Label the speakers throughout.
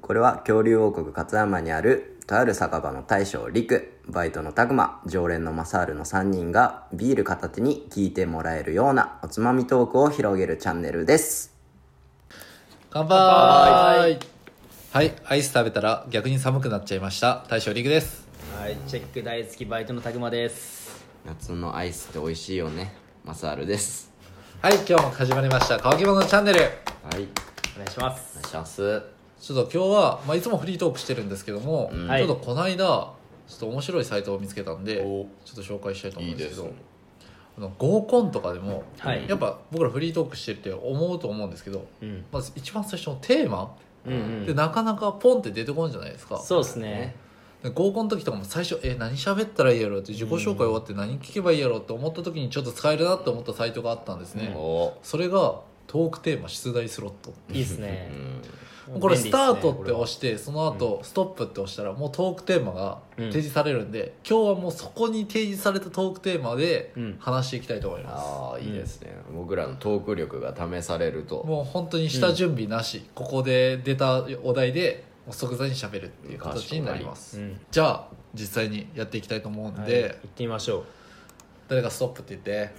Speaker 1: これは恐竜王国勝山にあるとある酒場の大将陸バイトのタグマ常連のマサールの3人がビール片手に聞いてもらえるようなおつまみトークを広げるチャンネルです
Speaker 2: 乾杯はいアイス食べたら逆に寒くなっちゃいました大将リグです
Speaker 3: はい、チェック大好きバイトのたくまです。
Speaker 1: 夏のアイスって美味しいよねマサールです
Speaker 2: はい今日も始まりました乾き物のチャンネル
Speaker 1: はい
Speaker 3: お願いします。
Speaker 1: お願いします
Speaker 2: ちょっと今日は、まあ、いつもフリートークしてるんですけども、
Speaker 3: はい
Speaker 2: ちょっとこの間ちょっと面白いサイトを見つけたんでちょっと紹介したいと思うんですけど
Speaker 1: いいで
Speaker 2: あの合コンとかでも、
Speaker 3: はい
Speaker 2: やっぱ僕らフリートークしてるって思うと思うんですけど、
Speaker 3: うん。
Speaker 2: まず一番最初のテーマ
Speaker 3: うんう
Speaker 2: で
Speaker 3: ん。
Speaker 2: なかなかポンって出てこんじゃないですか、
Speaker 3: そうですね。
Speaker 2: で合コンの時とかも最初「え何喋ったらいいやろ?」って自己紹介終わって何聞けばいいやろって思った時にちょっと使えるなって思ったサイトがあったんですね、
Speaker 1: お
Speaker 2: それがトークテーマ出題スロット
Speaker 3: いいですね。
Speaker 2: これスタート
Speaker 3: 便
Speaker 2: っ
Speaker 3: 利
Speaker 2: て
Speaker 3: っ
Speaker 2: 押してその後ストップって押したらもうトークテーマが
Speaker 3: うん
Speaker 2: 提示されるんで、今日はもうそこに提示されたトークテーマで
Speaker 3: うん
Speaker 2: 話していきたいと思います、
Speaker 4: ああいいですね、僕らのトーク力が試されると
Speaker 2: もう本当に下準備なし、ここで出たお題でもう即座に喋るっていう形になります、
Speaker 3: すね。
Speaker 2: じゃあ実際にやっていきたいと思う
Speaker 3: うんん。
Speaker 2: で、
Speaker 3: はい、行ってみましょ
Speaker 2: 誰がストップって言って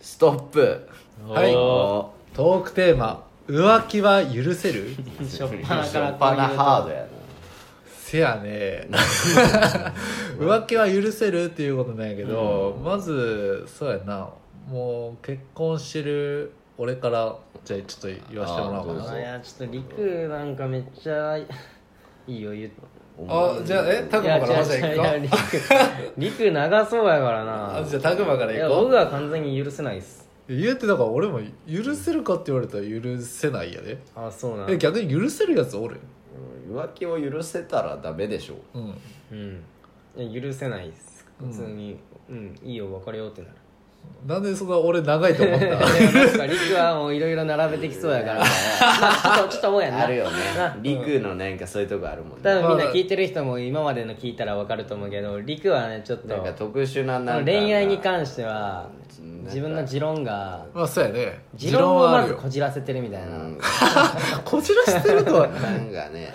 Speaker 4: ストップ
Speaker 3: う。
Speaker 2: はい
Speaker 3: お
Speaker 2: トークテーマ浮気は許せ る
Speaker 3: ーしょっぱな
Speaker 4: 初
Speaker 3: か
Speaker 4: っ
Speaker 3: ら
Speaker 4: 端なハード
Speaker 3: や。
Speaker 4: や
Speaker 2: せや ね浮気は許せるっていうことなんやけど、まずそうやなもう結婚してる俺からじゃあちょっと言わせてもらおう
Speaker 4: ど
Speaker 2: か
Speaker 4: うぞ
Speaker 2: な
Speaker 3: あいや、ちょっとリクなんかめっちゃ いいよ言っ
Speaker 2: あじゃあえタグマからまず
Speaker 3: い
Speaker 2: は
Speaker 3: や
Speaker 2: 行くか
Speaker 3: いやリク リク長そうやから
Speaker 2: あ
Speaker 3: な。
Speaker 2: じゃあタグマから
Speaker 3: いや
Speaker 2: 行こ
Speaker 3: 僕
Speaker 2: う
Speaker 3: は完全に許せないっす。
Speaker 2: 言うてだから俺も許せるかって言われたら許せないやで
Speaker 3: あ、そうなん
Speaker 2: え。逆に許せるやつおる
Speaker 4: うん浮気を許せたらダメでしょ
Speaker 2: うん
Speaker 3: うん。いや許せないっす。普通に、うん、いいよ別れようってなる。
Speaker 2: なんでそんな俺長いと 思った
Speaker 3: なんかリクはもういろいろ並べてきそう やからまあちょっとちょっともうやんな
Speaker 4: あるよね陸のなんかそういうとこあるもんね
Speaker 3: 多分みんな聞いてる人も今までの聞いたらわかると思うけどリクはねちょっ
Speaker 4: なんか
Speaker 3: と
Speaker 4: 特殊ななんか
Speaker 3: 恋愛に関しては
Speaker 4: うん
Speaker 3: 自分の持論が
Speaker 2: まあそうやね
Speaker 3: 持論をまず
Speaker 2: 持
Speaker 3: こじらせてるみたいな、
Speaker 2: こじらしてるとは
Speaker 4: なんかね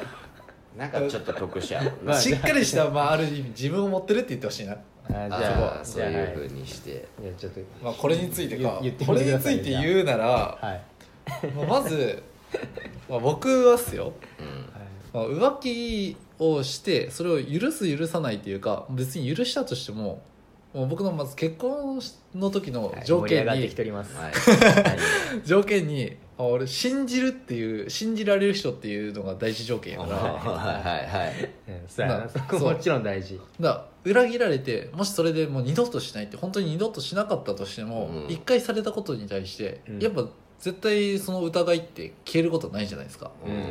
Speaker 4: なんかちょっと特殊やもん な
Speaker 3: まあ
Speaker 2: しっかりした、まあ、ある意味自分を持ってるって言ってほしいな、
Speaker 3: あじゃ
Speaker 4: あ
Speaker 3: あ
Speaker 4: そう
Speaker 3: じゃあ
Speaker 4: いう
Speaker 3: は
Speaker 4: ふうにして
Speaker 3: いいやちょっと
Speaker 2: まあ、これについてか
Speaker 3: 言言って
Speaker 2: こ
Speaker 3: み
Speaker 2: れ
Speaker 3: てく
Speaker 2: に
Speaker 3: だ
Speaker 2: つ
Speaker 3: さい
Speaker 2: いて言うなら、
Speaker 3: はい
Speaker 2: まあ、まず、 まあ、僕はっすよ、まあ、浮気をしてそれを許す許さないっていうか別に許したとしてももう僕のまず結婚の時の条
Speaker 3: 盛り
Speaker 2: 件
Speaker 3: 上
Speaker 2: に、
Speaker 3: がってきております、
Speaker 4: はい
Speaker 2: 条件にあ俺信じるっていう信じられる人っていうのが第一条件やから
Speaker 4: はいはいはい
Speaker 3: うん そうやな
Speaker 2: な
Speaker 3: そこ
Speaker 2: そう
Speaker 3: もちろん大事
Speaker 2: だから裏切られてもしそれでもう二度としないって本当に二度としなかったとしても
Speaker 4: うん
Speaker 2: 一、回されたことに対して、
Speaker 3: うん
Speaker 2: やっぱ絶対その疑いって消えることないじゃないですかだか
Speaker 4: うん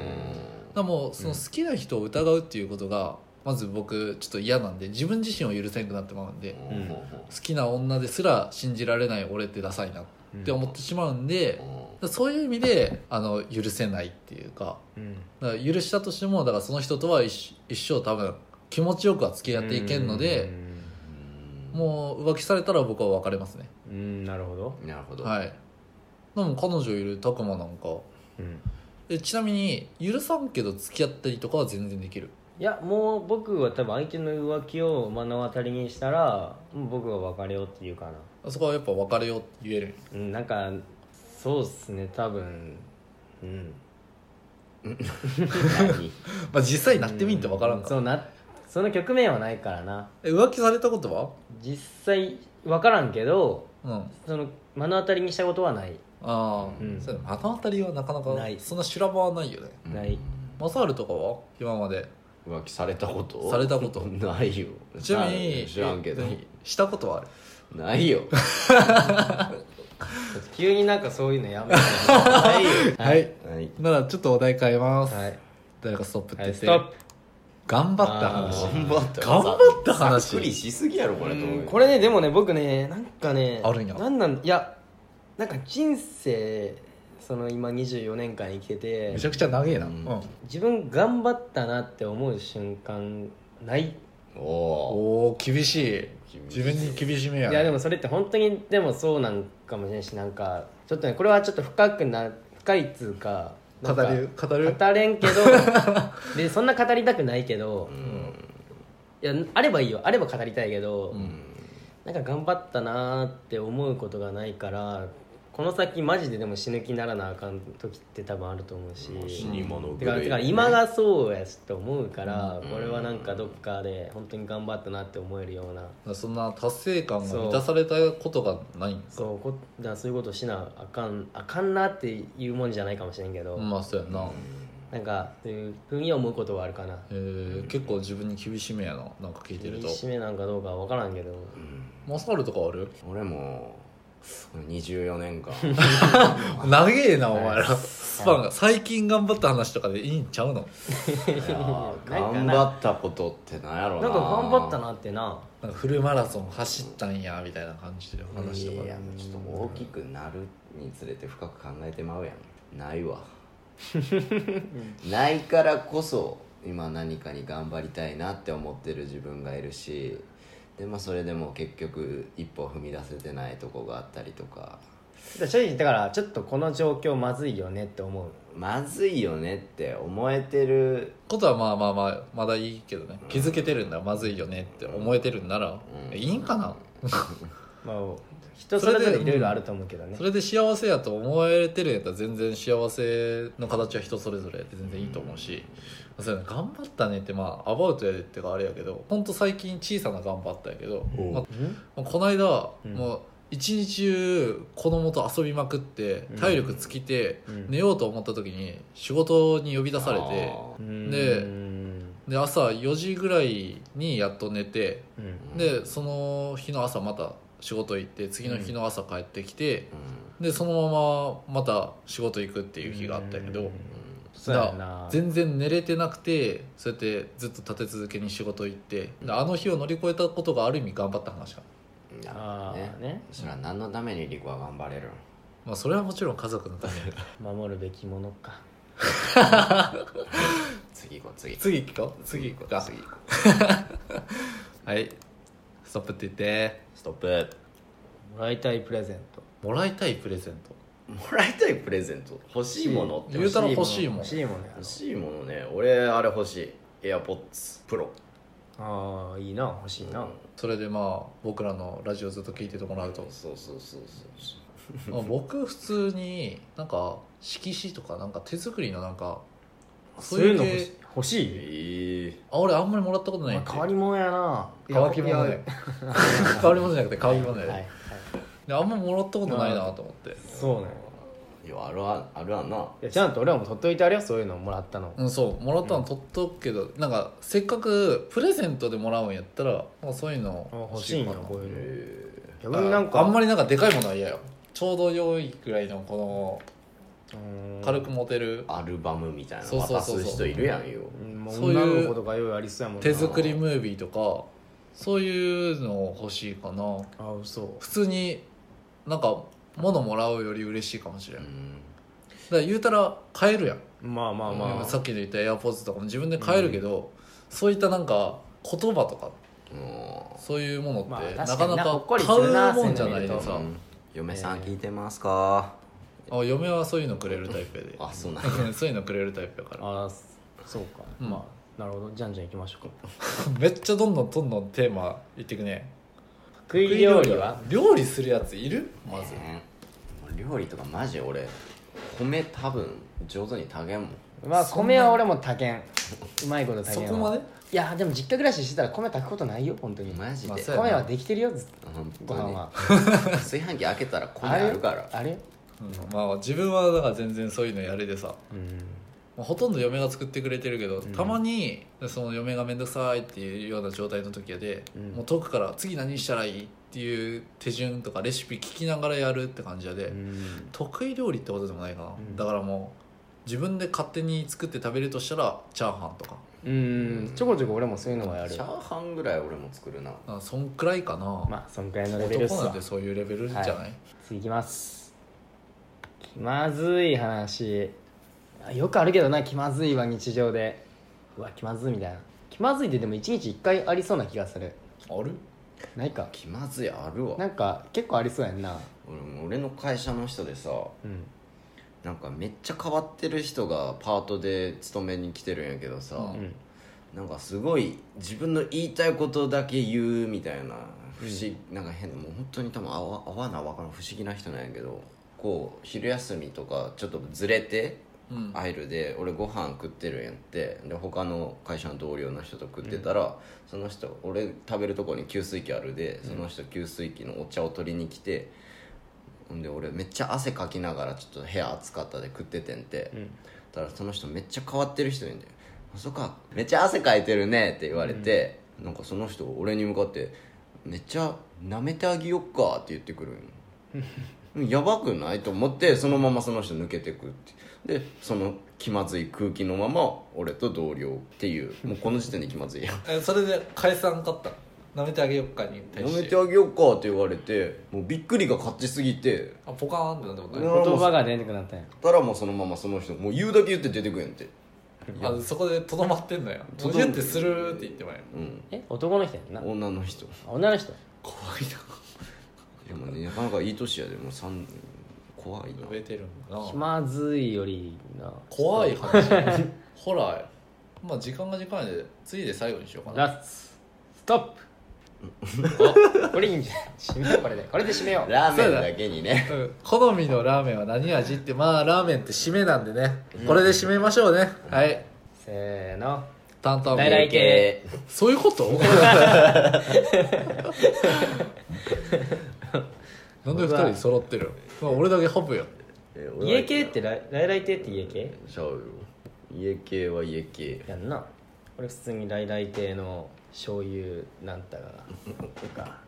Speaker 2: らもうその好きな人を疑うっていうことがまず僕ちょっと嫌なんで自分自身を許せなくなってまうんで、好
Speaker 4: うん
Speaker 2: きな女ですら信じられない俺ってダサいなって思ってしまうんで、だか
Speaker 4: うん
Speaker 2: らそういう意味であの許せないっていうか
Speaker 3: うん
Speaker 2: だから許したとしてもだからその人とは一一生多分気持ちよくは付き合っていけんので、もう浮気されたら僕は別れますね
Speaker 3: うんうんなるほど、
Speaker 4: なるほど
Speaker 2: はいでも彼女いるたくまなんか
Speaker 3: うん
Speaker 2: えちなみに許さんけど付き合ったりとかは全然できる
Speaker 3: いやもう僕は多分相手の浮気を目の当たりにしたらもう僕は別れようって言うかな、
Speaker 2: あそこはやっぱ別れようって言える
Speaker 3: うん、なんかそうっすね多分うん
Speaker 4: 何
Speaker 2: まあ実際なってみんと分からんか
Speaker 3: そうなその局面はないからな
Speaker 2: え浮気されたことは
Speaker 3: 実際分からんけど
Speaker 2: うんあ
Speaker 3: その目の当たりにしたことはない、
Speaker 2: あー、
Speaker 3: うん
Speaker 2: そうだね目の当たりはなかなか
Speaker 3: ない
Speaker 2: そんな修羅場はないよね
Speaker 3: ない
Speaker 2: マサールとかは今まで
Speaker 4: 浮気されたこと
Speaker 2: されたこと
Speaker 4: ないよ
Speaker 2: ちなみに
Speaker 4: 知らんけど
Speaker 2: え何したことはある
Speaker 4: ないよ
Speaker 3: 急になんかそういうのやめて
Speaker 4: ないよ
Speaker 2: はい、
Speaker 4: はい
Speaker 2: ならちょっとお題変えます、
Speaker 3: はい、
Speaker 2: 誰かストップって
Speaker 3: は
Speaker 2: 言
Speaker 3: い、
Speaker 2: っ
Speaker 3: ス
Speaker 2: て、
Speaker 3: トップ
Speaker 2: 頑張った話
Speaker 3: あ
Speaker 4: 頑張った
Speaker 2: 頑張った話
Speaker 4: ざっくりしすぎやろこれと思う
Speaker 3: うん
Speaker 4: よ
Speaker 3: これねでもね僕ねなんかね
Speaker 2: あるんや
Speaker 3: なんなんいやなんか人生その今24年間生きてて
Speaker 2: めちゃくちゃ長えな、う
Speaker 4: うんん
Speaker 3: 自分頑張ったなって思う瞬間ないい
Speaker 4: おお
Speaker 2: おお厳しい
Speaker 4: 厳し
Speaker 2: 自
Speaker 4: い
Speaker 2: 分に厳しめや
Speaker 3: やでもそれって本当にでもそうなんかもしれんしなんかちょっとねこれはちょっと深くな深いっつうかなん
Speaker 2: 語
Speaker 3: か
Speaker 2: る語る
Speaker 3: 語れんけどでそんな語りたくないけど、いやあればいいよあれば語りたいけど、なんか頑張ったなーって思うことがないからこの先マジででも死ぬ気ならなあかん時って多分あると思うし、
Speaker 4: 死に物
Speaker 3: て
Speaker 4: 狂
Speaker 3: か
Speaker 4: い
Speaker 3: てか今がそうやしと思うから、これはなんかどっかで本当に頑張ったなって思えるような
Speaker 2: そんな達成感が満たされたことがないんです
Speaker 3: そうこだからそういうことしなあかんあかんなっていうもんじゃないかもしれんけど、
Speaker 2: まあそうやな、
Speaker 3: なんかそういうふうに思うことはあるかな
Speaker 2: えー結構自分に厳しめやななんか聞いてると
Speaker 3: 厳しめなんかどうかは分からんけど、
Speaker 2: マサールとかある
Speaker 4: 俺も24年 間
Speaker 2: 長えなお前らスパンが最近頑張った話とかでいいんちゃう
Speaker 4: い
Speaker 2: の
Speaker 4: やー
Speaker 3: なんか
Speaker 4: 頑
Speaker 3: な
Speaker 4: 張ったことってなんやろうな
Speaker 3: な
Speaker 4: ん
Speaker 3: か頑張ったなってな
Speaker 2: なんかフルマラソン走ったんやみたいな感じで話とか
Speaker 4: い
Speaker 2: で
Speaker 4: やちょっと大きくなるにつれて深く考えてまうやんないわないからこそ今何かに頑張りたいなって思ってる自分がいるしでまあそれでも結局一歩踏み出せてないとこがあったりとか
Speaker 3: 正直だからちょっとこの状況まずいよねって思う
Speaker 4: まずいよねって思えてる
Speaker 2: ことはまあまあまあまだいいけどね気づけてるんだまずいよねって思えてるんなら、いいんかな、
Speaker 3: まあ人それぞれいろいろあると思うけどね
Speaker 2: それで幸せやと思えてるんやったら全然幸せの形は人それぞれで全然いいと思うし、それ頑張ったねってまあアバウトやでってかあれやけどほんと最近小さな頑張ったんやけど、まあまあこの間、
Speaker 3: うん
Speaker 2: もう一日中子供と遊びまくって
Speaker 3: うん
Speaker 2: 体力尽きて、
Speaker 3: うん
Speaker 2: 寝ようと思った時に仕事に呼び出されて、
Speaker 4: あ
Speaker 3: うん
Speaker 2: で
Speaker 3: うん
Speaker 2: で朝4時ぐらいにやっと寝て
Speaker 3: うん
Speaker 4: ー
Speaker 2: でその日の朝また仕事行って次の日の朝帰ってきて、
Speaker 4: う
Speaker 2: でそのまままた仕事行くっていう日があったんやけど、
Speaker 3: うんそう
Speaker 2: だか
Speaker 3: や
Speaker 2: ら
Speaker 3: な
Speaker 2: 全然寝れてなくてそうやってずっと立て続けに仕事行ってであの日を乗り越えたことがある意味頑張った話か
Speaker 4: んいや
Speaker 3: ああね
Speaker 4: それは何のためにリコは頑張れるの
Speaker 2: まあそれはもちろん家族のため に
Speaker 3: 守るべきものか
Speaker 4: 次行こう次
Speaker 2: 次行こう次行こうか
Speaker 4: 次行こ
Speaker 2: はいストップって言って
Speaker 4: うストップ
Speaker 3: もらいたいプレゼント
Speaker 2: もらいたいプレゼント
Speaker 4: もらいたいプレゼント欲しいものって
Speaker 2: 言うたら欲しいもん
Speaker 3: 欲しいもんね
Speaker 4: 欲しいものね俺あれ欲しいエアポッツプロ
Speaker 3: ああいいな欲しいな
Speaker 2: それでまあ僕らのラジオずっと聞いててもらう と
Speaker 4: そうそうそうそう
Speaker 2: まあ僕普通になんか色紙とかなんか手作りのなんか
Speaker 3: そういうの
Speaker 2: 系
Speaker 3: 欲しい欲しい
Speaker 4: ええ
Speaker 2: あ俺あんまりもらったことないん
Speaker 3: まあ
Speaker 2: で
Speaker 3: 変わり者やな
Speaker 2: 乾き物 で変わり物じゃなくて乾き物
Speaker 3: は
Speaker 2: で,、
Speaker 3: いはい
Speaker 2: であんまもらったことないなと思って
Speaker 3: そうね
Speaker 4: いやあるああるわない
Speaker 3: やちゃんと俺らも取っといてあれよそういうのもらったの
Speaker 2: うんそうもらったの取っとくけど、なんかせっかくプレゼントでもらうんやったら、まあ、そういうの
Speaker 3: あ欲しいん
Speaker 2: か
Speaker 3: や
Speaker 2: な
Speaker 3: こういう
Speaker 4: ええ
Speaker 3: の逆になんか
Speaker 2: あんまりなんかでかいものは嫌よちょうど良いくらいのこ
Speaker 3: うん
Speaker 2: の軽く持てる
Speaker 4: アルバムみたいな
Speaker 2: そう
Speaker 4: の
Speaker 2: そう
Speaker 4: 渡
Speaker 2: そうそう
Speaker 4: す人いるやんよ
Speaker 3: うんもう
Speaker 2: そういう
Speaker 3: 女の子とかよいありそうやもんな
Speaker 2: 手作りムービーとかそういうの欲しいかな
Speaker 3: あ嘘
Speaker 2: 普通になんか物もらうより嬉しいかもしれ
Speaker 4: うん
Speaker 2: だか
Speaker 4: ん
Speaker 2: ら言うたら買えるやん
Speaker 3: まあまあまあ、
Speaker 2: まあ、さっきの言ったエアポーズとかも自分で買えるけど、そういったなんか言葉とか
Speaker 4: も
Speaker 2: そういうものって、
Speaker 3: まあ確か
Speaker 2: な
Speaker 3: に
Speaker 2: かな
Speaker 3: なほ
Speaker 2: か
Speaker 3: っこりす
Speaker 2: 買
Speaker 3: るな
Speaker 2: うもんじゃないで
Speaker 3: そ
Speaker 2: さ
Speaker 4: う、うん嫁さん聞いてますか
Speaker 2: あ嫁はそういうのくれるタイプやで
Speaker 4: あそうなん
Speaker 2: そういうのくれるタイプやから
Speaker 3: あそうか、
Speaker 2: うん
Speaker 3: まあなるほどじゃんじゃん行きましょうか
Speaker 2: めっちゃどんどんどんどんテーマいってくね
Speaker 3: 食い料理は
Speaker 2: 料理するやついるまず
Speaker 4: ね料理とかマジ俺米多分上手に炊けんもん
Speaker 3: まあ米は俺も炊けんうまいこと炊
Speaker 2: そ
Speaker 3: けん
Speaker 2: こ
Speaker 3: わ
Speaker 2: まで
Speaker 3: いやでも実家暮らししてたら米炊くことないよ本当に
Speaker 4: マジ
Speaker 2: まあ
Speaker 4: で
Speaker 2: そうやな
Speaker 3: 米はできてるよずっ
Speaker 4: 本
Speaker 3: とご
Speaker 4: 当
Speaker 3: 飯
Speaker 4: に
Speaker 3: は
Speaker 4: 炊飯器開けたら米あるから
Speaker 3: あれ
Speaker 2: うんまあ自分はだから全然そういうのやれでさ
Speaker 3: うん
Speaker 2: まあほとんど嫁が作ってくれてるけど、たまにその嫁が面倒くさいっていうような状態の時やで、
Speaker 3: うん
Speaker 2: もう遠くから次何したらいいっていう手順とかレシピ聞きながらやるって感じやで、
Speaker 3: うん
Speaker 2: 得意料理ってことでもないかな、
Speaker 3: ん
Speaker 2: だからもう自分で勝手に作って食べるとしたらチャーハンとか
Speaker 3: うんちょこちょこ俺もそういうのはやる
Speaker 4: チャーハンぐらい俺も作るな
Speaker 2: あそんくらいかな、
Speaker 3: まあそんくらいのレベルっす
Speaker 2: 男なん
Speaker 3: わ
Speaker 2: てそういうレベルじゃない、
Speaker 3: は次いきます気まずい話あよくあるけどな気まずいは日常でうわ気まずいみたいな気まずいってでも一日一回ありそうな気がする
Speaker 2: ある
Speaker 3: ないか
Speaker 4: 気まずいあるわ
Speaker 3: なんか結構ありそうやんな
Speaker 4: 俺俺の会社の人でさ
Speaker 3: うん
Speaker 4: なんかめっちゃ変わってる人がパートで勤めに来てるんやけどさ、
Speaker 2: うん
Speaker 4: なんかすごい自分の言いたいことだけ言うみたいな不思議、なんか変なもう本当に多分合わ合わなわからん不思議な人なんやけどこう昼休みとかちょっとずれて
Speaker 2: うん
Speaker 4: アイルで俺ご飯食ってるんやってで他の会社の同僚の人と食ってたら、その人俺食べるとこに給水器あるでその人給水器のお茶を取りに来て、ほんで俺めっちゃ汗かきながらちょっと部屋暑かったで食っててんて、たらその人めっちゃ変わってる人いんだよ「あそっかめっちゃ汗かいてるね」って言われて、なんかその人俺に向かって「めっちゃ舐めてあげよっか」って言ってくるんよやばくないと思ってそのままその人抜けてくってでその気まずい空気のまま俺と同僚っていうもうこの時点で気まずいやん
Speaker 2: えそれで解散かったなめてあげよっかに対して
Speaker 4: やめてあげようかって言われてもうびっくりが勝ちすぎて
Speaker 2: あポカーンってなったこと
Speaker 4: う
Speaker 2: ない
Speaker 4: わ
Speaker 3: 言葉が出なくなったんや
Speaker 4: たらもうそのままその人もう言うだけ言って出てくんやんって
Speaker 2: あそこでとどまってんのよ
Speaker 4: と
Speaker 2: も
Speaker 4: ど
Speaker 2: う
Speaker 4: まる
Speaker 2: ギュッてするって言ってまえ
Speaker 4: うん
Speaker 3: え男の人やんな
Speaker 4: 女の人
Speaker 3: 女の人
Speaker 2: 怖い
Speaker 4: でもねなかなかいい年やでもう三怖いな
Speaker 2: な植えてるの
Speaker 3: 気
Speaker 2: かな
Speaker 3: まずいよりな
Speaker 2: 怖い話ホラーやまあ時間が時間やで次で最後にしようかな
Speaker 3: ラッツストップおこれいいんじゃない締めようこれでこれで締めよう
Speaker 4: ラーメンだけにね
Speaker 2: うん好みのラーメンは何味ってまあラーメンって締めなんでねこれで締めましょうねはい
Speaker 3: せーの
Speaker 2: 担々
Speaker 3: 大々
Speaker 2: 麺
Speaker 3: 系え
Speaker 2: そういうことなんで二人揃ってるまあ俺だけハブや
Speaker 4: え俺は
Speaker 3: 家系って来来来亭って家系
Speaker 4: ちゃうよ家系は家系
Speaker 3: やんな俺普通に来来亭の醤油なんたらがとか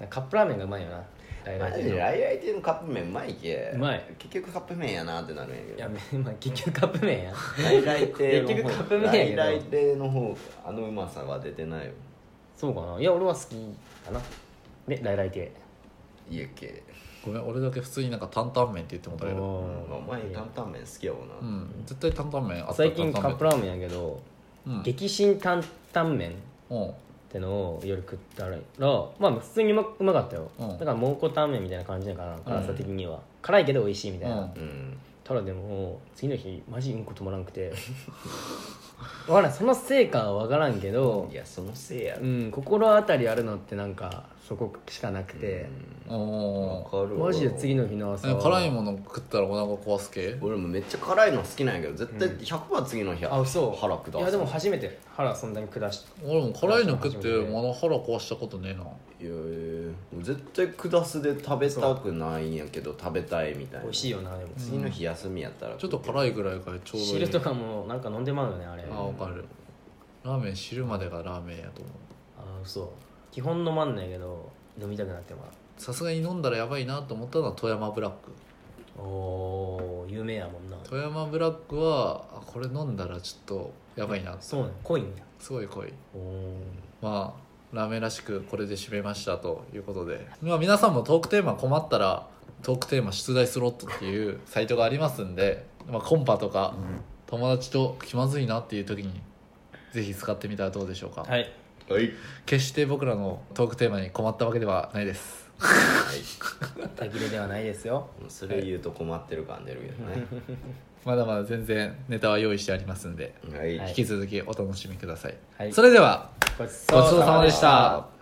Speaker 3: なんかカップラーメンがうまいよな来
Speaker 4: マ
Speaker 3: 来
Speaker 4: ジ
Speaker 3: 亭
Speaker 4: で
Speaker 3: の
Speaker 4: ライライ亭のカップ麺うまいけ
Speaker 3: うまい
Speaker 4: 結局カップ麺やなってなるんや
Speaker 3: い
Speaker 4: け
Speaker 3: や
Speaker 4: ど
Speaker 3: めまあ結局カップ麺や
Speaker 4: ライライ亭の方
Speaker 3: 結局カップ麺や
Speaker 4: ラ
Speaker 3: け
Speaker 4: イ
Speaker 3: ど
Speaker 4: ライ亭の方あのうまさは出てないよ
Speaker 3: そうかないや俺は好きかなで来来亭
Speaker 4: 家系
Speaker 2: ごめん俺だけ普通になんか担々麺って言ってもらえ
Speaker 4: う
Speaker 2: る
Speaker 4: ん
Speaker 3: お
Speaker 4: お前担々麺好きやもん
Speaker 2: う
Speaker 4: なん
Speaker 2: 絶対担々麺あったら
Speaker 3: 最近
Speaker 2: 担
Speaker 3: カ
Speaker 2: 々麺
Speaker 3: ップラーメンやけど、
Speaker 2: うん
Speaker 3: 激辛担々麺っ
Speaker 2: うん
Speaker 3: てのを夜食ったらまあ普通にうまうまかったよ、
Speaker 2: うん
Speaker 3: だから蒙古タンメンみたいな感じだから辛さ的には、辛いけど美味しいみたいな、
Speaker 2: うん
Speaker 4: うん
Speaker 3: ただでも次の日マジうんこ止まらんくてわからんそのせいかは分からんけど
Speaker 4: いやそのせいやろ
Speaker 3: うん心当たりあるのってなんかそこしかなくて、
Speaker 2: うん
Speaker 4: わかるわ
Speaker 3: マジで次の日の朝
Speaker 2: え辛いもの食ったらお腹壊す系
Speaker 4: 俺もめっちゃ辛いの好きなんやけど絶対100%次の日や
Speaker 3: あそう
Speaker 4: 腹下す
Speaker 3: いやでも初めて腹そんなに下した
Speaker 2: 俺も辛いの食ってまだ腹壊したことねえない
Speaker 4: やいやいや絶対下すで食べたくないんやけど食べたいみたいな
Speaker 3: 美味しいよなでも、
Speaker 4: 次の日休みやったら
Speaker 2: ちょっと辛いぐらいからちょうどいい
Speaker 3: 汁とかもなんか飲んでまうよねあれ
Speaker 2: あわかるラーメン汁までがラーメンやと思う
Speaker 3: あそう基本飲まんないけど飲みたくなってま
Speaker 2: さすがに飲んだらやばいなと思ったのは富山ブラック
Speaker 3: うおー有名やもんな
Speaker 2: 富山ブラックはあこれ飲んだらちょっとやばいな
Speaker 3: そうね濃いんや
Speaker 2: すごい濃い
Speaker 3: おー
Speaker 2: まあラーメンらしくこれで締めましたということで、まあ、皆さんもトークテーマ困ったらトークテーマ出題スロットっていうサイトがありますんで、まあ、コンパとか友達と気まずいなっていう時にぜひ使ってみたらどうでしょうか、
Speaker 3: はい
Speaker 4: はい
Speaker 2: 決して僕らのトークテーマに困ったわけではないです
Speaker 3: た切れではないですよ
Speaker 4: それ言うと困ってる感出るけど
Speaker 2: まだまだ全然ネタは用意してありますんで
Speaker 4: ねはい
Speaker 3: はい
Speaker 2: 引き続きお楽しみください、
Speaker 3: はい
Speaker 2: それでは
Speaker 3: ご
Speaker 2: ご
Speaker 3: ち
Speaker 2: ちそうさまでした